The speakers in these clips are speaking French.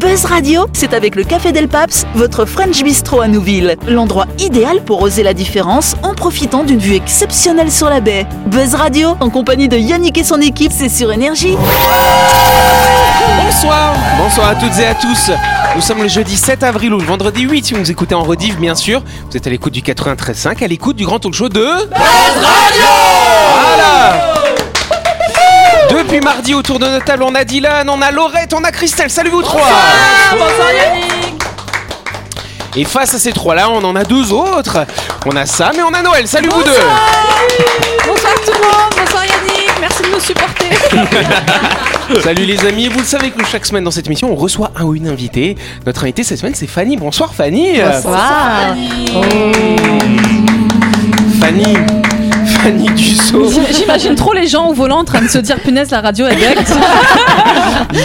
Buzz Radio, c'est avec le Café Del Paps, votre French Bistro à Nouville. L'endroit idéal pour oser la différence en profitant d'une vue exceptionnelle sur la baie. Buzz Radio, en compagnie de Yannick et son équipe, c'est sur Énergie. Bonsoir, bonsoir à toutes et à tous. Nous sommes le jeudi 7 avril ou le vendredi 8 si vous nous écoutez en rediff bien sûr. Vous êtes à l'écoute du 93.5, à l'écoute du grand talk show de... Buzz Radio Voilà Depuis mardi autour de notre table, on a Dylan, on a Laurette, on a Christelle. Salut vous trois Et face à ces trois-là, on en a deux autres. On a Sam et on a Noël. Salut vous deux Bonsoir tout le monde, bonsoir Yannick, merci de nous supporter. Salut les amis, vous le savez que chaque semaine dans cette émission, on reçoit un ou une invitée. Notre invitée cette semaine, c'est Fanny. Bonsoir Fanny. Bonsoir. Fanny. Fanny Dussault. J'imagine trop les gens au volant en train de se dire punaise la radio est gag.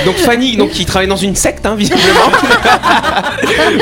Donc Fanny, donc, qui travaille dans une secte, hein, visiblement.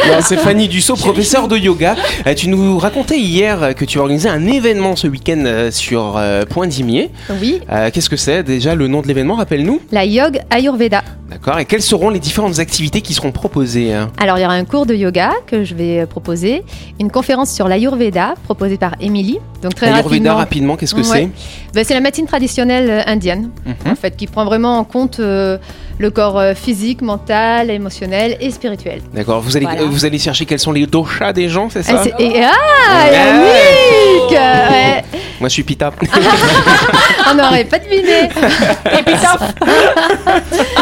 Non, c'est Fanny Dussault, professeur de yoga. Euh, tu nous racontais hier euh, que tu organisais un événement ce week-end euh, sur euh, Point d'Imier. Oui, Euh, Qu'est-ce que c'est déjà le nom de l'événement Rappelle-nous. la Yog Ayurveda. D'accord. Et quelles seront les différentes activités qui seront proposées hein Alors, il y aura un cours de yoga que je vais euh, proposer, une conférence sur l'Ayurveda proposée par Émilie. Donc, très Ayurveda, rapidement. rapidement, qu'est-ce que Ouais. Ben, c'est la médecine traditionnelle euh, indienne, Mhm. en fait, qui prend vraiment en compte euh, le corps euh, physique, mental, émotionnel et spirituel. c'est D'accord. Vous allez, Voilà. euh, vous allez chercher quels sont les doshas des gens, c'est Ah, ça Oh c'est- et- ah, Ouais. Yannick Euh, ouais, Moi, je suis Pita. Ah. On n'aurait pas deviné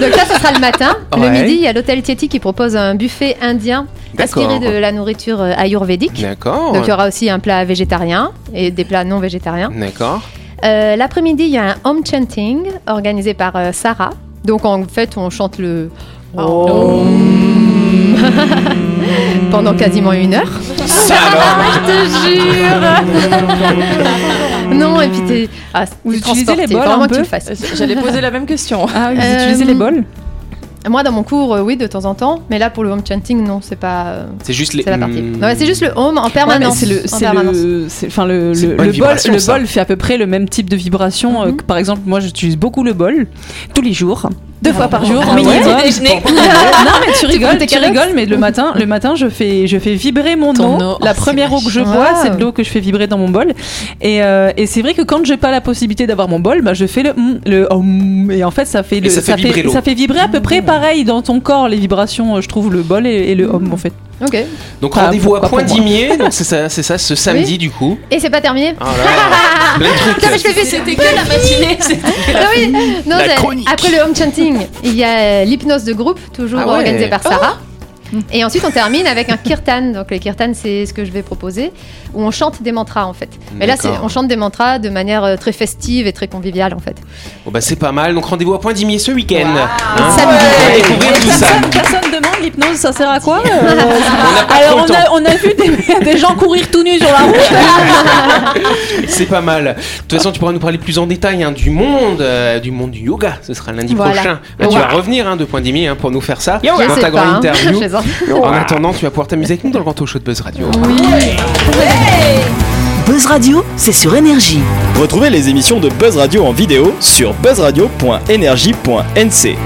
Donc là, ce sera le matin. Le Ouais. midi, il y a l'hôtel Tieti qui propose un buffet indien D'accord. inspiré de la nourriture euh, ayurvédique. D'accord. Oh, Donc il y aura aussi un plat végétarien et des plats non Mm. végétariens. D'accord. Euh, L'après-midi, il y a un home chanting organisé par euh, Sarah. Donc en fait, on chante le Oh. Om. pendant quasiment une heure. Sarah. Je te jure. non, et puis t'es ah, t'es Vous utilisez transporté. les bols Vraiment un que tu peu le fasses. J'allais poser la même question. Ah oui, vous Euh, utilisez les bols Moi, dans mon cours, euh, oui, de temps en temps. Mais là, pour le home chanting, non, c'est pas. euh, C'est juste les. c'est la partie. Hmm. Non, c'est juste le home en Mm. Ouais, mais permanence. c'est le, en c'est permanence. le, c'est- enfin le, C'est le, pas une le bol, vibration, le ça. bol fait à peu près le même type de vibration. euh, Mhm. que, par exemple, moi, j'utilise beaucoup le bol tous les jours, deux fois par jour. Ah ouais. minimum. Petit déjeuner. non mais tu rigoles, tes tu carottes rigoles, mais le matin, le matin, je fais, je fais vibrer mon Ton eau. eau. La Oh, c'est première eau que je magique. bois, Waouh. c'est de l'eau que je fais vibrer dans mon bol. Et, euh, et c'est vrai que quand j'ai pas la possibilité d'avoir mon bol, bah, je fais le, hum, le hum, et en fait ça fait le- ça fait vibrer l'eau. ça fait vibrer à peu près pareil dans ton corps les vibrations. euh, Je trouve le bol et, et le hum en fait. Ok. Donc Ah, rendez-vous à pourquoi Point pour moi d'Imier. Donc c'est ça, c'est ça, ce samedi du coup. Et c'est pas terminé. Ah là là. Plein de trucs. Putain, mais je t'ai fait- C'était que la matinée. c'était- Ah oui, non, La c'est- chronique. après le home chanting, il y a euh, l'hypnose de groupe, toujours Ah ouais. organisée par Sarah. Et ensuite, on termine avec un kirtan. Donc, les kirtans, c'est ce que je vais proposer, où on chante des mantras en fait. Mais là, c'est- D'accord. on chante des mantras de manière euh, très festive et très conviviale en fait. Bon bah c'est pas mal. Donc rendez-vous à Point d'Imier ce week-end. Hein Samedi. On va découvrir tout ça. Personne, personne demande l'hypnose, ça sert à quoi euh, On n'a pas Alors trop on le temps. a, on a vu des, des gens courir tout nus sur la route. C'est pas mal. De toute façon, tu pourras nous parler plus en détail hein, du monde, euh, du monde du yoga. Ce sera lundi Voilà. prochain. Là, tu Yoga. vas revenir hein, de Point d'Imier hein, pour nous faire ça Je dans sais ta pas, grande hein. Je interview. plaisante. En attendant, tu vas pouvoir t'amuser avec nous dans le grand talk show de Buzz Radio. Buzz Radio, c'est sur Énergie. Retrouvez les émissions de Buzz Radio en vidéo sur buzzradio.energie.nc.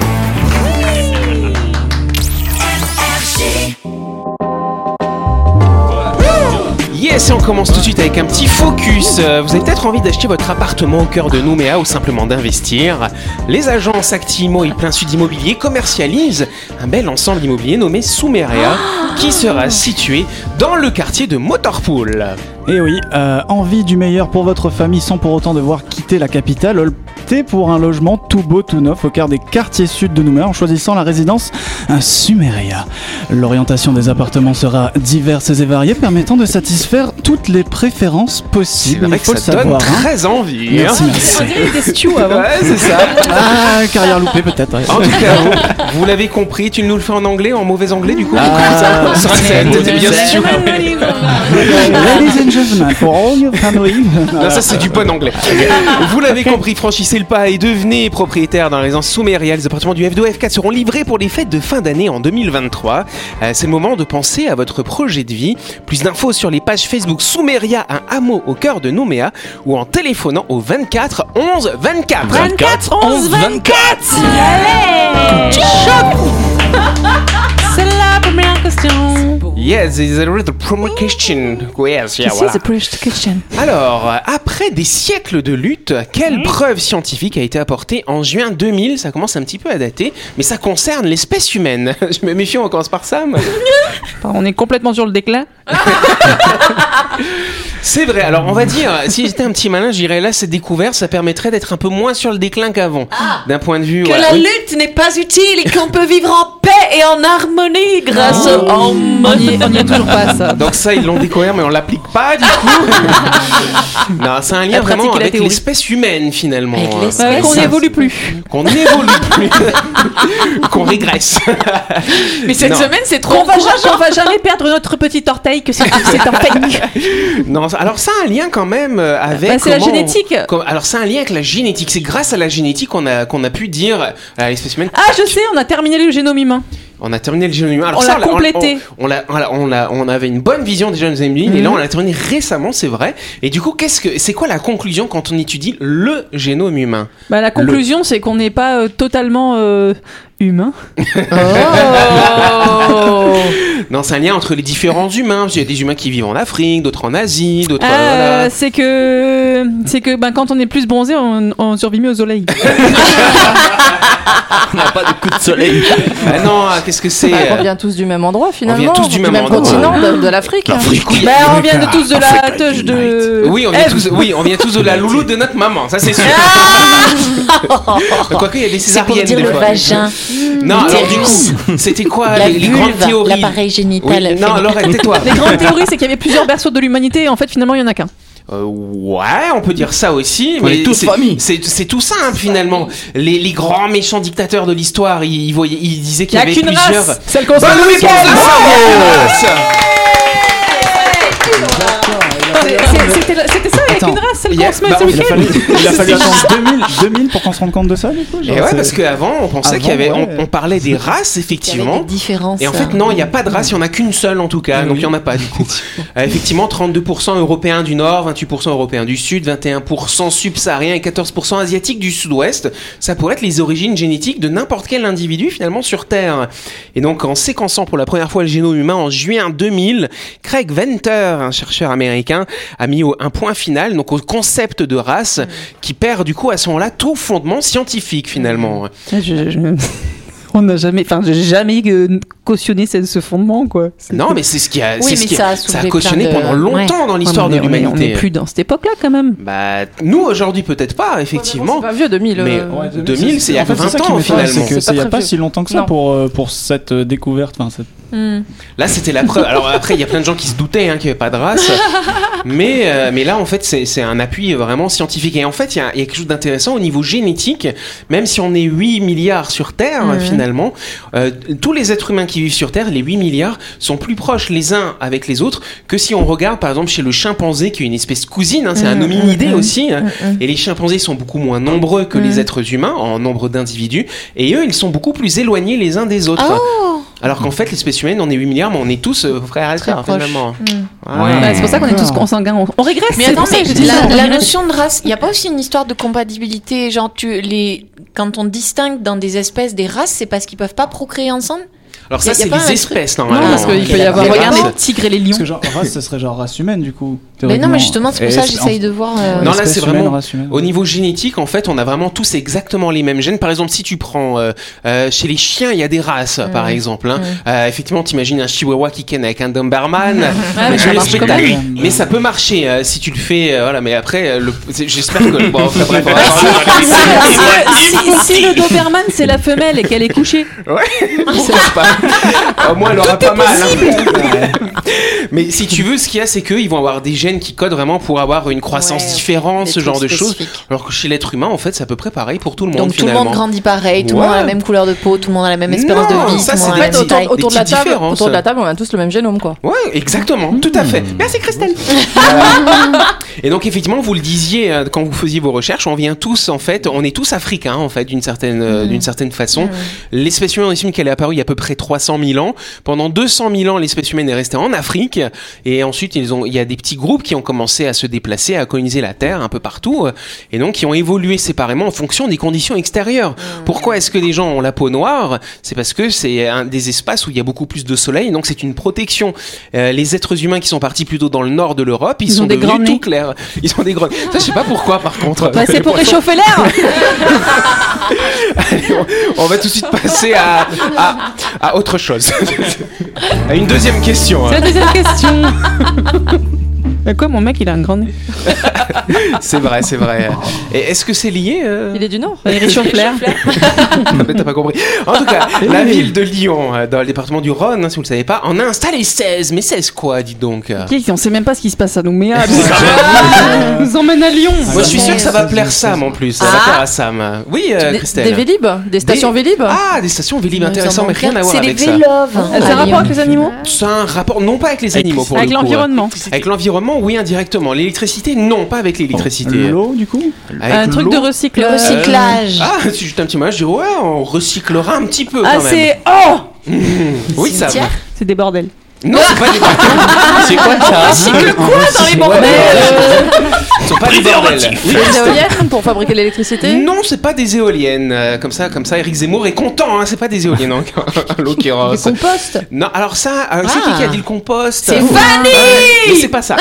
Yes, et on commence tout de suite avec un petit focus. Euh, Vous avez peut-être envie d'acheter votre appartement au cœur de Nouméa ou simplement d'investir. Les agences Actimo et Plein Sud Immobilier commercialisent un bel ensemble immobilier nommé Soumeria Ah qui oh. sera situé dans le quartier de Motorpool. Et oui, euh, envie du meilleur pour votre famille sans pour autant devoir quitter la capitale, optez pour un logement tout beau, tout neuf au cœur des quartiers sud de Nouméa en choisissant la résidence un Sumeria. L'orientation des appartements sera diverse et variée, permettant de satisfaire toutes les préférences C'est possibles. vrai Il que faut ça le savoir. donne hein. très envie. hein. Merci, merci. On dirait des stews avant. Ouais, c'est ça. Ah, carrière loupée peut-être. ouais. En tout cas, vous, vous l'avez compris, tu nous le fais en anglais, en mauvais anglais du coup Ah, Ça, ça, c'est t'étais bien bon. sûr. Ladies and gentlemen, for all your family. Non, ça c'est du bon anglais. Vous l'avez compris, franchissez le pas et devenez propriétaire dans la résidence Souméria. Les appartements du F2F4 seront livrés pour les fêtes de fin d'année en 2023. Euh, c'est le moment de penser à votre projet de vie. Plus d'infos sur les pages Facebook Souméria, un hameau au cœur de Nouméa ou en téléphonant au 24 11 24. 24, 11, 24 C'est la première question. Yes, is a little promo question. Yes, yeah, voilà. Alors, euh, après des siècles de lutte, quelle preuve scientifique a été apportée en juin 2000 Ça commence un petit peu à dater, mais ça concerne l'espèce humaine. Je me méfie, on commence par Sam. On est complètement sur le déclin. C'est vrai, alors on va dire, si j'étais un petit malin, j'irais là, cette découverte, ça permettrait d'être un peu moins sur le déclin qu'avant. Ah. D'un point de vue. Que voilà. la Oui. lutte n'est pas utile et qu'on peut vivre en paix et en harmonie grâce Oh. au On y, est- on y est toujours pas, ça. Donc ça, ils l'ont découvert, mais on l'applique pas du coup. non, c'est un lien La pratique vraiment et la avec théorie. l'espèce humaine finalement. Avec hein. l'espèce. Ouais, qu'on Ça, n'évolue plus. Qu'on évolue plus. qu'on régresse. Mais cette Non. semaine, c'est trop On va, encourageant. jamais, on va jamais perdre notre petit orteil que c'est c'est un fake. Non, ça- alors ça a un lien quand même euh, avec. Bah, c'est la comment on- génétique. com- alors ça a un lien avec la génétique. C'est grâce à la génétique qu'on a, qu'on a pu dire à l'espèce humaine. Ah, je sais, on a terminé le génome humain. On a terminé le génome humain. Alors, On ça, l'a complété. Mhm. On, on l'a- on l'a- on l'a- on avait une bonne vision déjà des génomes humains, et là on l'a terminé récemment, c'est vrai. Et du coup, qu'est-ce que, c'est quoi la conclusion quand on étudie le génome humain Bah, la conclusion, c'est qu'on n'est pas euh, totalement euh, humain. Oh. Non, c'est un lien entre les différents humains. Parce qu'il y a des humains qui vivent en Afrique, d'autres en Asie, d'autres. Ah, euh, voilà. C'est que, c'est que ben, quand on est plus bronzé, on, on survit mieux au soleil. On n'a pas de coup de soleil. Ah non, ah, qu'est-ce que c'est On revient tous du même endroit finalement. tous du même endroit. continent de, de l'Afrique. hein. Du coup, il y a- Bah, on vient de tous de la touche de. Oui on, vient tous, oui, on vient tous de la loulou de notre maman, ça c'est sûr. Quoique, il y a des Ah. C'est pour césariennes dire des le fois. vagin, Non, alors du l'utérus, coup, c'était quoi la les, les grandes vulve, théories l'appareil Oui, génital. Non, alors tais-toi. Les grandes théories, c'est qu'il y avait plusieurs berceaux de l'humanité, et en fait, finalement, il y en a qu'un. Euh, ouais, on peut dire ça aussi. On est tous c'est- famille. C'est c'est tout simple finalement. Les, les grands méchants dictateurs de l'histoire, ils, ils voyaient- ils disaient Il qu'il n'y y a avait qu'une plusieurs. race, celle qu'on Bonne Bah, se réponse de Sam. C'est- c'était la- C'était ça, il n'y a Attends. qu'une race, celle Il y a- qu'on se met bah, ce on- Il a week-end. fallu, il a fallu attendre 2000, 2000 pour qu'on se rende compte de ça, du coup Et genre, ouais, Ah, c'est- parce qu'avant, on pensait Avant, qu'il y avait, ouais. on, on parlait des races Il y avait effectivement. des différences. Et en fait, non, il n'y a pas de race, il n'y en a qu'une seule en tout cas, Ah donc il n'y en a pas du coup. Euh, effectivement, 32% européens du Nord, 28% européens du Sud, 21% subsahariens et 14% asiatiques du Sud-Ouest. Ça pourrait être les origines génétiques de n'importe quel individu finalement sur Terre. Et donc, en séquençant pour la première fois le génome humain en juin 2000, Craig Venter, un chercheur américain, a mis au- un point final donc au concept de race qui perd du coup à ce moment-là tout fondement scientifique finalement. Je- je- On n'a jamais, enfin, j'ai jamais euh, cautionné ce, ce fondement, quoi. C'est- Non, mais c'est ce qui a, Oui, c'est ce mais qui a- ça a ça a soulevé cautionné plein de- pendant longtemps dans l'histoire Ouais, mais de on est- On n'est l'humanité. plus dans cette époque-là, quand même. Bah, nous aujourd'hui peut-être pas, effectivement. C'est pas vieux 2000. Mais- euh, Ouais, 2000, c'est il y a en fait, 20 ça qui ans, m'étonne, finalement. C'est que C'est c'est il n'y a pas pas très si longtemps que ça Non. pour, euh, pour cette euh, découverte. Enfin, cette- Hmm. Là, c'était la preuve. Alors après, il y a plein de gens qui se doutaient hein, qu'il n'y avait pas de race, mais euh, mais là, en fait, c'est c'est un appui vraiment scientifique. Et en fait, il y a, il y a quelque chose d'intéressant au niveau génétique. Même si on est 8 milliards sur Terre, finalement, euh, tous les êtres humains qui vivent sur Terre, les 8 milliards, sont plus proches les uns avec les autres que si on regarde, par exemple, chez le chimpanzé, qui est une espèce cousine. hein, c'est un hominidé aussi. hein. Et les chimpanzés sont beaucoup moins nombreux que les êtres humains en nombre d'individus. Et eux, ils sont beaucoup plus éloignés les uns des autres. Alors qu'en fait, l'espèce humaine, on est 8 milliards, mais on est tous euh, frères et sœurs, finalement. Voilà. Ouais, Bah, c'est pour ça qu'on est tous D'accord. consanguins. On, on régresse. Mais c'est attends, pour ça mais que je dis ça, la, on la régresse. notion de race, il n'y a pas aussi une histoire de compatibilité Genre, tu, les, quand on distingue dans des espèces des races, c'est parce qu'ils peuvent pas procréer ensemble Alors Y ça, a- y a c'est pas un les truc- espèces, Non, normalement. parce qu'il peut y Les avoir. races. Regarde les tigres et les lions. Parce que genre, race, ça serait genre race humaine, du coup. Mais non, théoriquement. mais justement, c'est Et pour ça que c'est- j'essaye de voir. euh, Non, là, espèce c'est humaine, vraiment race humaine. Au niveau génétique, en fait, on a vraiment tous exactement les mêmes gènes. Par exemple, si tu prends euh, euh, chez les chiens, il y a des races, par exemple. Hein. Euh, effectivement, t'imagines un chihuahua qui ken avec un Dumberman. mais, ça marche quand même. mais ça peut marcher euh, si tu le fais. euh, voilà, mais après, euh, le... c'est- j'espère que. Bon, après, bref, on va parler dans la- Ah, Si, si le Doberman c'est la femelle et qu'elle est couchée, Pas- Au moins, elle aura pas mal. hein. Mais si tu veux, ce qu'il y a, c'est qu'ils vont avoir des gènes qui codent vraiment pour avoir une croissance Ouais. différente, des ce genre de trucs choses. spécifiques. Alors que chez l'être humain, en fait, c'est à peu près pareil pour tout le monde. Donc tout le finalement. monde grandit pareil, tout le Ouais. monde a la même couleur de peau, tout le monde a la même espérance Non, de vie, ça, tout le Ah, c'est monde a des la même petites- taille. des autour, de la petites table, différences. autour de la table, on a tous le même génome quoi. Ouais, exactement, tout à fait. Mmh. Merci Christelle. et donc effectivement, vous le disiez euh, quand vous faisiez vos recherches, on vient tous en Mm-hmm. fait, on est tous africains en fait d'une certaine euh, d'une certaine façon. L'espèce humaine, on estime qu'elle est apparue il y a à peu près 300 000 ans. Pendant 200 000 ans, l'espèce humaine est restée en Afrique. Et ensuite, ils ont, il y a des petits groupes qui ont commencé à se déplacer, à coloniser la Terre un peu partout. euh, Et donc, qui ont évolué séparément en fonction des conditions extérieures. Mm-hmm. Pourquoi est-ce que les gens ont la peau noire C'est parce que c'est un des espaces où il y a beaucoup plus de soleil. Donc, c'est une protection. Euh, les êtres humains qui sont partis plutôt dans le nord de l'Europe, ils, Ils sont ont des devenus grands tout nez. clairs. Ils ont des gros. Ça, je sais pas pourquoi, par contre. Bah, c'est Les pour poissons- réchauffer l'air Allez, on, on va tout de suite passer à, à, à autre chose. à une deuxième question. hein. La deuxième question Mais quoi, mon mec, il a un grand nez C'est vrai, c'est vrai. Et est-ce que c'est lié euh Il est du Nord Bah, Il réchauffe l'air Ah, mais T'as pas compris. En tout cas, la ville de Lyon, euh, dans le département du Rhône, hein, si vous le savez pas, en a installé 16. Mais 16 quoi, dites donc euh. Qui- On sait même pas ce qui se passe à Nouméa. euh, nous emmène à Lyon Moi, je suis sûr que ça va 16, plaire 16. Sam en plus. Ça va Ah. plaire à Sam. Oui, euh, Des- Christelle. Des Vélib Des stations Vélib hein. Ah, des stations Vélib intéressantes, mais rien à voir C'est les avec ça. Ah, véloves. Ça a un rapport avec les animaux C'est un rapport, non pas avec les animaux pour Avec le coup, hein. l'environnement. Avec l'environnement, oui, indirectement. L'électricité, non, pas avec l'électricité. L'eau, du coup Avec Un truc de l'eau. recyclage. Recyclage. Ah, si juste un petit match, je dis ouais, on recyclera un petit peu Ah, quand même. c'est. Oh Oui, ça. Cimetière C'est des bordels. Non, c'est pas des bordels. C'est quoi ça Ah, Cycle quoi dans les Euh, Ce sont pas des bordels. Oui, Des c'est- éoliennes pour fabriquer l'électricité Non, c'est pas des éoliennes. Euh, Comme ça, comme ça, Eric Zemmour est content. Hein, c'est pas des éoliennes en en Des l'occurrence. composts Non, alors ça, euh, c'est qui qui a dit le compost C'est Fanny Ouais, Mais c'est pas ça.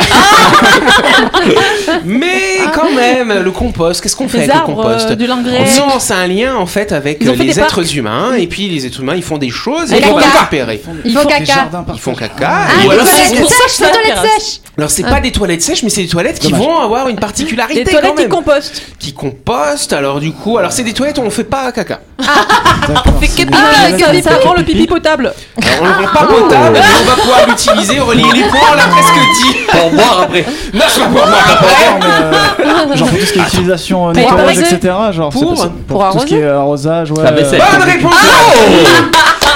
mais quand même, le compost, qu'est-ce qu'on fait Des avec le arbres, compost euh, de l'engrais. Non, c'est un lien en fait avec Ils ont euh, fait les des êtres humains. Et puis les êtres humains, ils font des choses et Des ils vont caca. récupérer. Ils font caca Ils font caca. Ah, et des voilà, c'est toilettes pour ça que sèches ça Des toilettes m'intéresse. sèches alors c'est pas des toilettes sèches, mais c'est des toilettes qui Dommage. vont avoir une particularité Des quand toilettes qui même, compostent. qui compostent. Alors du coup, alors c'est des toilettes où on fait pas caca. D'accord, fait c'est que bon. Ah, Ouais, ça, ça d'accord. rend le pipi potable. Alors on le rend Ah. pas potable, Oh. mais on va pouvoir l'utiliser, relier les points. On l'a presque dit. Pour boire après. Non, je vais boire après. Euh, Genre pour tout ce qui est utilisation euh, Pour nettoyage, arroser. etc. Genre, c'est Pour- pas- pour pour tout ce qui est arrosage, ouais. La vaisselle. euh, Bonne réponse. Ah.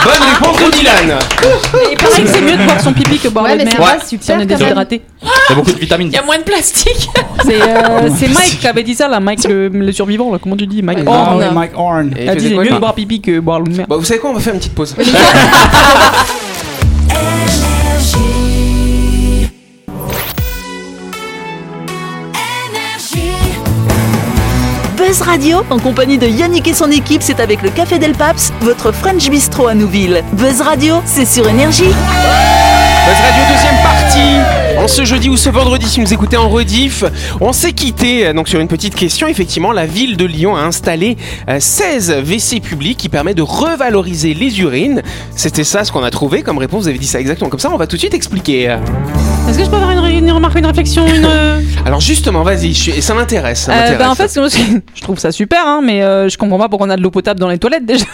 Bonne réponse de Dylan. Mais il paraît que c'est mieux de boire son pipi que boire Ouais, le mais ça mien. va Si super on est quand même. déshydraté. Il y a beaucoup de vitamines. Il y a moins de plastique. C'est euh, c'est Mike qui avait dit ça, là, Mike le, le survivant, là, comment tu dis Mike Ah Horn. ouais, Mike Horn. Et Il a dit faisait c'est quoi, mieux de Mike boire pipi que boire le merde. Bah vous savez quoi, on va faire une petite pause. Buzz Radio, en compagnie de Yannick et son équipe, c'est avec le Café Del Paps, votre French Bistro à Nouville. Buzz Radio, c'est sur Énergie. Buzz Radio deuxième partie. En ce jeudi ou ce vendredi, si vous nous écoutez en rediff, on s'est quitté euh, donc sur une petite question. Effectivement, la ville de Lyon a installé euh, 16 WC publics qui permet de revaloriser les urines. C'était ça ce qu'on a trouvé comme réponse. Vous avez dit ça exactement comme ça. On va tout de suite expliquer. Est-ce que je peux avoir une, ré- une remarque, une réflexion, une. euh, Alors justement, vas-y. je suis- Ça m'intéresse. ça Euh, m'intéresse. bah, en fait, moi, je je trouve ça super, hein, mais euh, je comprends pas pourquoi on a de l'eau potable dans les toilettes déjà.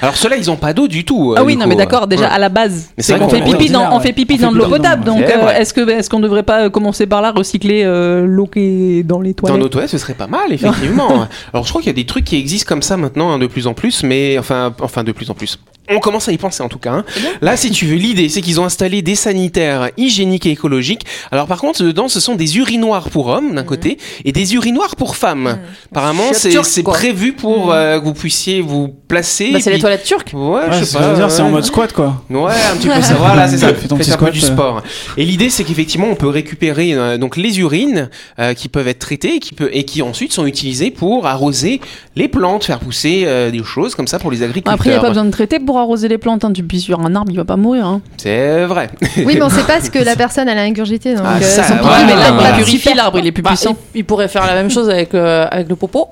Alors ceux-là, ils ont pas d'eau du tout. euh, ah oui, du non, coup. mais d'accord, déjà Ouais. à la base, Mais c'est on vrai fait qu'on- pipi dans, on ouais. fait pipi On fait dans de l'eau pipi dans potable, l'eau, donc c'est euh, vrai. est-ce que est-ce qu'on devrait pas euh, commencer par là recycler euh, l'eau qui est dans les Dans toilettes nos toilettes, ce serait pas mal, effectivement. Alors, je crois qu'il y a des trucs qui existent comme ça maintenant, hein, de plus en plus, mais enfin, enfin, de plus en plus. On commence à y penser en tout cas. hein. Là, si tu veux, l'idée, c'est qu'ils ont installé des sanitaires hygiéniques et écologiques. Alors, par contre, dedans, ce sont des urinoirs pour hommes, Mmh. d'un côté, et des urinoirs pour femmes. Apparemment, Chiottes c'est turques, c'est Mmh. quoi. Mmh. prévu pour euh, que vous puissiez vous placer. Bah, et c'est les puis- toilettes turques. Ouais, Ouais, je sais c'est ce que je pas. veux dire, c'est en ouais. mode squat quoi. Ouais, un petit peu ça. Voilà, c'est ça. Fais ton Faites petit un peu squat, du euh. sport. Et l'idée, c'est qu'effectivement, on peut récupérer euh, donc les urines euh, qui peuvent être traitées et qui, peut, et qui ensuite sont utilisées pour arroser les plantes, faire pousser euh, des choses comme ça pour les agriculteurs. Après, il n'y a pas besoin de traiter pour arroser les plantes. hein. Tu pisses sur un arbre, il va pas mourir. hein. C'est vrai. Oui, mais on sait pas ce que la personne elle a ingurgité. Donc, Ah, euh, ça, son pipi, voilà. mais là, on On va va le purifier faire. l'arbre, il est plus Bah, puissant. il, il pourrait faire la même chose avec, euh, avec le popo.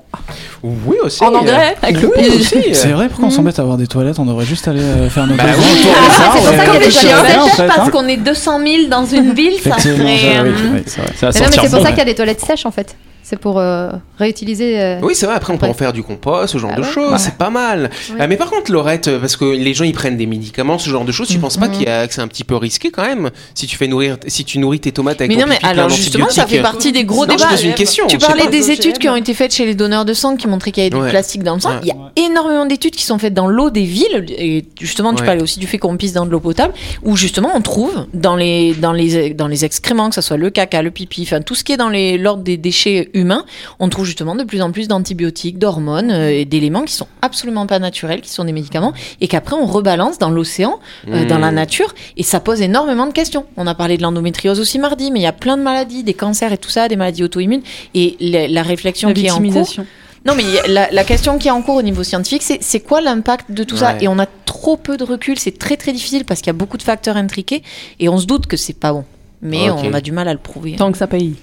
Oui Ah, aussi. En anglais Avec Oui, le aussi. C'est vrai, pourquoi on s'embête à avoir des toilettes On devrait juste aller euh, faire nos Bah besoins oui. autour des Ah, arbres c'est pour et ça aller que les chercher gens rien, en sèchent fait, parce hein. qu'on est 200 000 dans une ville, ça Effectivement, serait. ça, oui, euh, oui, c'est vrai. Ça va Mais non, mais sortir c'est pour bon. ça qu'il y a des toilettes sèches en fait. C'est pour euh, réutiliser. euh, Oui, c'est vrai. Après, on peut en faire du compost, ce genre Ah de ouais Bah. choses. C'est pas mal. Ouais. Ah, mais par contre, Laurette, euh, parce que les gens, ils prennent des médicaments, ce genre de choses. Tu penses pas qu'il y a- que c'est un petit peu risqué quand même si tu fais nourrir, si tu nourris tes tomates avec Mais ton non, mais pipi plein alors justement, ça fait d'antibiotiques euh, partie des gros Non, je débats. pose une question, euh, Tu je sais parlais pas. des études qui ont été faites chez les donneurs de sang qui montraient qu'il y avait Ouais. du plastique dans le sang. Ouais. Il y a énormément d'études qui sont faites dans l'eau des villes. Et justement, tu Ouais. parlais aussi du fait qu'on pisse dans de l'eau potable, où justement on trouve dans les, dans les, dans les excréments, que ce soit le caca, le pipi, enfin tout ce qui est dans les- l'ordre des déchets humain, on trouve justement de plus en plus d'antibiotiques, d'hormones euh, et d'éléments qui sont absolument pas naturels, qui sont des médicaments, et qu'après on rebalance dans l'océan, euh, Mmh. dans Hmm. la nature, et ça pose énormément de questions. On a parlé de l'endométriose aussi mardi, mais il y a plein de maladies, des cancers et tout ça, des maladies auto-immunes, et la, la réflexion La qui est en cours. victimisation. Non, mais la, la question qui est en cours au niveau scientifique, c'est c'est quoi l'impact de tout ça Ouais. Et on a trop peu de recul, c'est très très difficile parce qu'il y a beaucoup de facteurs intriqués et on se doute que c'est pas bon. Mais Ok. on a du mal à le prouver. Tant que ça paye.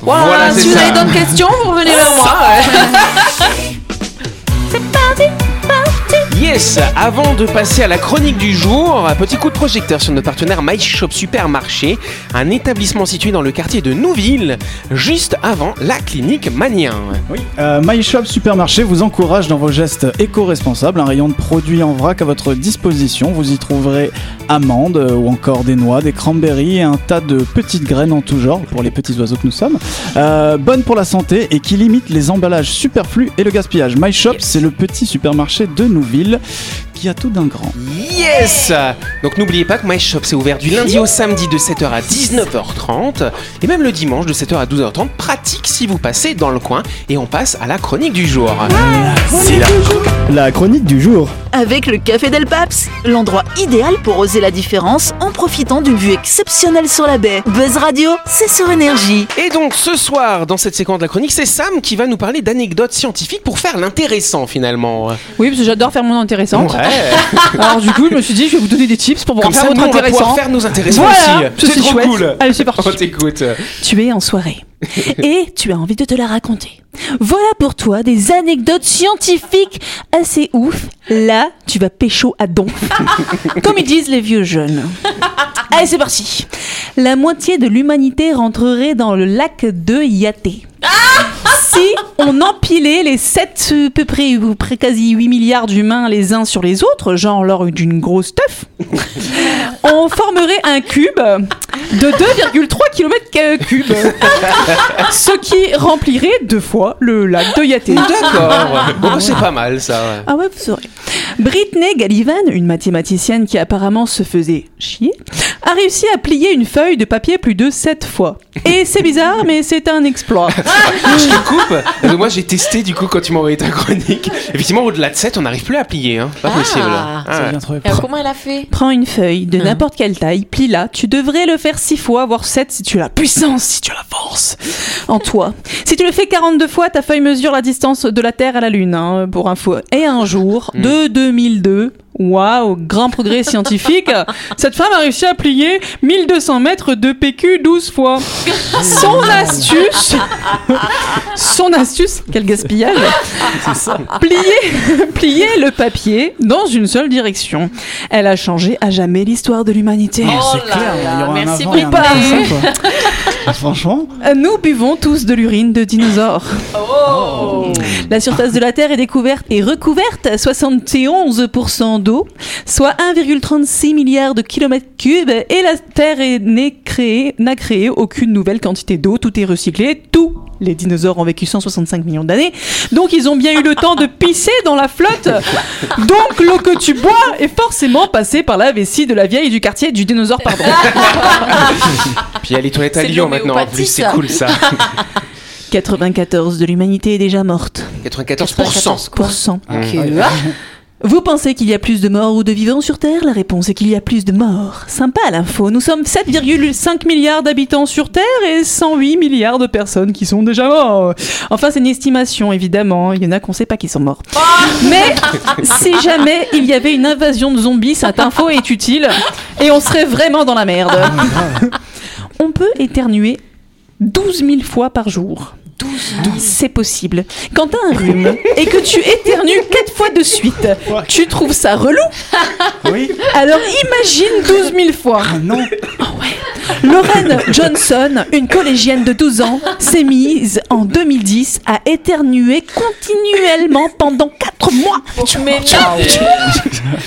Voilà, c'est si vous ça. avez d'autres questions, vous revenez vers moi. Yes Avant de passer à la chronique du jour, un petit coup de projecteur sur notre partenaire My Shop Supermarché, un établissement situé dans le quartier de Nouville, juste avant la clinique Manien. Oui, euh, My Shop Supermarché vous encourage dans vos gestes éco-responsables. Un rayon de produits en vrac à votre disposition. Vous y trouverez amandes euh, ou encore des noix, des cranberries et un tas de petites graines en tout genre pour les petits oiseaux que nous sommes. Euh, bonnes pour la santé et qui limitent les emballages superflus et le gaspillage. My Shop, c'est le petit supermarché de Nouville qui a tout d'un grand. Yes Donc n'oubliez pas que My Shop c'est ouvert du lundi au samedi de 7h à 19h30 et même le dimanche de 7h à 12h30. Pratique si vous passez dans le coin et on passe à la chronique du jour. C'est la, la chronique du jour. Avec le Café Del Paps, l'endroit idéal pour oser la différence en profitant d'une vue exceptionnelle sur la baie. Buzz Radio, c'est sur énergie. Et donc ce soir, dans cette séquence de la chronique, c'est Sam qui va nous parler d'anecdotes scientifiques pour faire l'intéressant finalement. Oui, parce que j'adore faire mon intéressante. Ouais. Alors du coup, je me suis dit, je vais vous donner des tips pour pouvoir Comme faire ça, nous, votre on va pouvoir intéressant. faire nos intéressants Voilà, aussi. C'est suis trop chouette. cool. Allez, c'est parti. Oh, On t'écoute. Tu es en soirée et tu as envie de te la raconter. Voilà pour toi des anecdotes scientifiques assez ouf. Là, tu vas pécho à don. Comme ils disent les vieux jeunes. Allez, c'est parti. La moitié de l'humanité rentrerait dans le lac de Yaté. Si on empilait les 7, à peu près, ou près- quasi 8 milliards d'humains les uns sur les autres, genre lors d'une grosse teuf, on formerait un cube de 2,3 km cubes. Ce qui remplirait deux fois le lac de Yaté. D'accord. Bon, bah, c'est pas mal ça. Ah ouais, vous saurez. Britney Gallivan, une mathématicienne qui apparemment se faisait chier, a réussi à plier une feuille de papier plus de 7 fois. Et c'est bizarre, mais c'est un exploit. Ah, Je te coupe. Parce que moi, j'ai testé du coup quand tu m'as envoyé ta chronique. Effectivement, au-delà de 7, on n'arrive plus à plier. Hein. Pas Ah. possible. Ça Ah, vient trop- Alors, euh, comment elle a fait Prends une feuille de n'importe quelle taille, plie-la, tu devrais le faire 6 fois, voire 7 si tu as la puissance, si tu as la force en toi. Si tu le fais 42 fois, ta feuille mesure la distance de la Terre à la Lune, hein, pour info. Et un jour, Mm. de 2002, waouh, grand progrès scientifique, cette femme a réussi à plier 1200 mètres de PQ 12 fois. Son astuce, son astuce, quel gaspillage, plier, plier le papier dans une seule direction. Elle a changé à jamais l'histoire de l'humanité. Ah, C'est clair, il y aura Oh merci un avant et un Bripa. après, quoi. Ah, Franchement, Nous buvons tous de l'urine de dinosaure. La surface de la Terre est découverte et recouverte à 71% d'eau, soit 1,36 milliard de kilomètres cubes, et la Terre est- n'est créée- n'a créé aucune nouvelle quantité d'eau, tout est recyclé, tout. Les dinosaures ont vécu 165 millions d'années, donc ils ont bien eu le temps de pisser dans la flotte. Donc l'eau que tu bois est forcément passée par la vessie de la vieille du quartier du dinosaure, pardon. Puis il y a les toilettes à C'est de Lyon maintenant. En plus, l'homéopathie, c'est ça. cool ça. 94 de l'humanité est déjà morte. 94%. Pour cent. Ah, Vous pensez qu'il y a plus de morts ou de vivants sur Terre La réponse est qu'il y a plus de morts. Sympa l'info. Nous sommes 7,5 milliards d'habitants sur Terre et 108 milliards de personnes qui sont déjà morts. Enfin, c'est une estimation, évidemment. Il y en a qu'on ne sait pas qui sont morts. Mais si jamais il y avait une invasion de zombies, cette info est utile et on serait vraiment dans la merde. On peut éternuer 12 000 fois par jour. C'est possible. Quand t'as un rhume et que tu éternues quatre fois de suite, tu trouves ça relou oui, Alors imagine 12 000 fois. non. Lorraine Johnson, une collégienne de 12 ans, s'est mise en 2010 à éternuer continuellement pendant 4 mois, Mais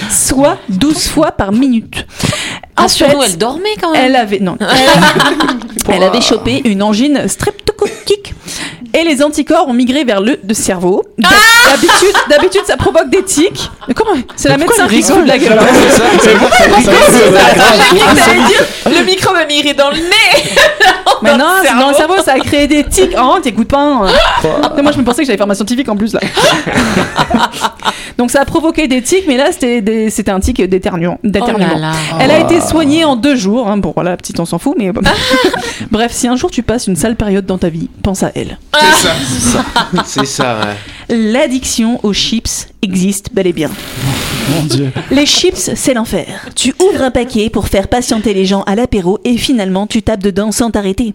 soit 12 fois par minute. Ensuite, elle dormait quand même. Elle avait non. Elle avait, elle avait Ah chopé une angine streptococtique et les anticorps ont migré vers le de cerveau. D'habitude, d'habitude, ça provoque des tics. Mais comment C'est la médecin qui se fout de la gueule. C'est ça, c'est bon, c'est bon, c'est bon. J'ai cru que t'allais dire le microbe a migré dans le nez. Mais non, le c'est dans le cerveau. cerveau, ça a créé des tics. Oh, t'écoutes pas. hein. Non, moi, je me pensais que j'avais formation scientifique en plus, là. Donc, ça a provoqué des tics, mais là, c'était des- c'était un tic d'éternuant. Oh d'éternuement. Elle a été soignée en deux jours. Hein. Bon, voilà, la petite, on s'en fout, mais. Bref, si un jour tu passes une sale période dans ta vie, pense à elle. C'est ça, c'est ça. C'est ça, ouais. L'addiction aux chips existe bel et bien. Mon dieu. Les chips, c'est l'enfer. Tu ouvres un paquet pour faire patienter les gens à l'apéro et finalement tu tapes dedans sans t'arrêter.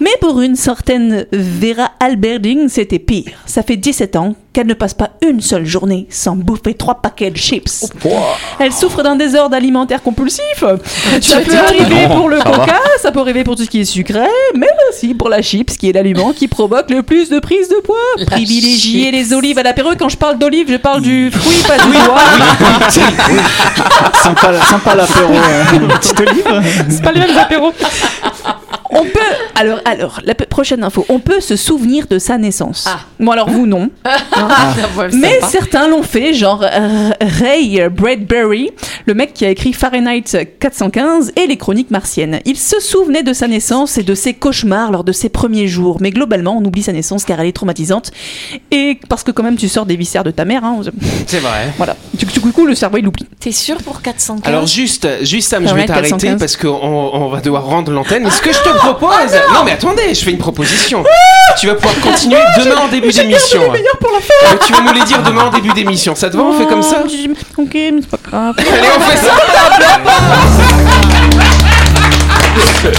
Mais pour une certaine Vera Alberding, c'était pire. Ça fait 17 ans qu'elle ne passe pas une seule journée sans bouffer trois paquets de chips. Elle souffre d'un désordre alimentaire compulsif. Ça peut arriver pour le coca, ça peut arriver pour tout ce qui est sucré, mais aussi pour la chips, qui est l'aliment qui provoque le plus de prise de poids. Privilégier les olives à l'apéro. Quand je parle d'olives, je parle du fruit, pas du poids. Sympa, sympa l'apéro. hein. Petite olive. C'est pas les mêmes apéros. On peut. Alors, alors, la pe- prochaine info. On peut se souvenir de sa naissance. Ah. Bon, alors vous, non. Mais Mais certains l'ont fait, genre euh, Ray Bradbury, le mec qui a écrit Fahrenheit 415 et les chroniques martiennes. Il se souvenait de sa naissance et de ses cauchemars lors de ses premiers jours. Mais globalement, on oublie sa naissance car elle est traumatisante. Et parce que, quand même, tu sors des viscères de ta mère. hein. C'est vrai. Voilà. Du coup, du coup, le cerveau, il l'oublie. t'es sûr pour 400 Alors juste, juste Sam, je vais Fahrenheit t'arrêter 415. parce qu'on on va devoir rendre l'antenne. Mais ce que je te propose, Ah non mais attendez, je fais une proposition. Tu vas pouvoir continuer demain en début d'émission. Euh, Tu vas nous les dire demain en début d'émission. Ça te va On fait comme ça Ok, Oh, mais c'est pas grave. Allez, on fait ça.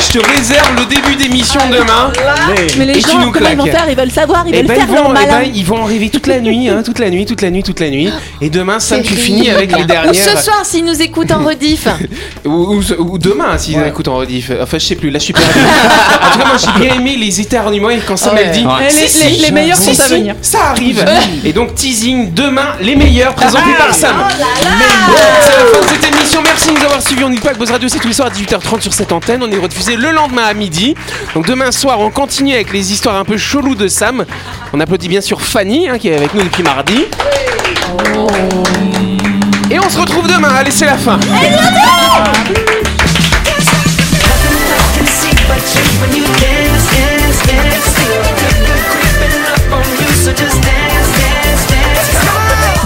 Je te réserve le début d'émission demain. Ah, Mais les Et tu nous gens, comment ils vont claques. faire Ils veulent savoir, ils Eh veulent ben, faire hein. ils, vont, leur eh ben, malin. ils vont en rêver toute la nuit, hein, toute la nuit, toute la nuit, toute la nuit. Et demain, Sam, tu finis avec les Ou dernières. ce soir s'ils nous écoutent en rediff. Ou, ou ce- ou demain, s'ils écoutent en rediff. Enfin, je sais plus, là, je suis perdu. en tout cas, moi, j'ai bien aimé les éternuements et quand Sam, elle dit. Eh, les, Si, les- si, les meilleurs si, sont à si, venir. Ça arrive. Et donc, teasing demain, les meilleurs, présentés Ah, par Sam. C'est la fin de cette émission. Merci de nous avoir suivis. On n'est pas que Buzz Radio, c'est tous les soirs à 18h30 sur cette antenne. On est rediffusé le lendemain à midi. Donc, demain soir, on continue avec les histoires un peu cheloues de Sam. On applaudit bien sûr Fanny, hein, qui est avec nous depuis mardi. Et on se retrouve demain. Allez, c'est la fin.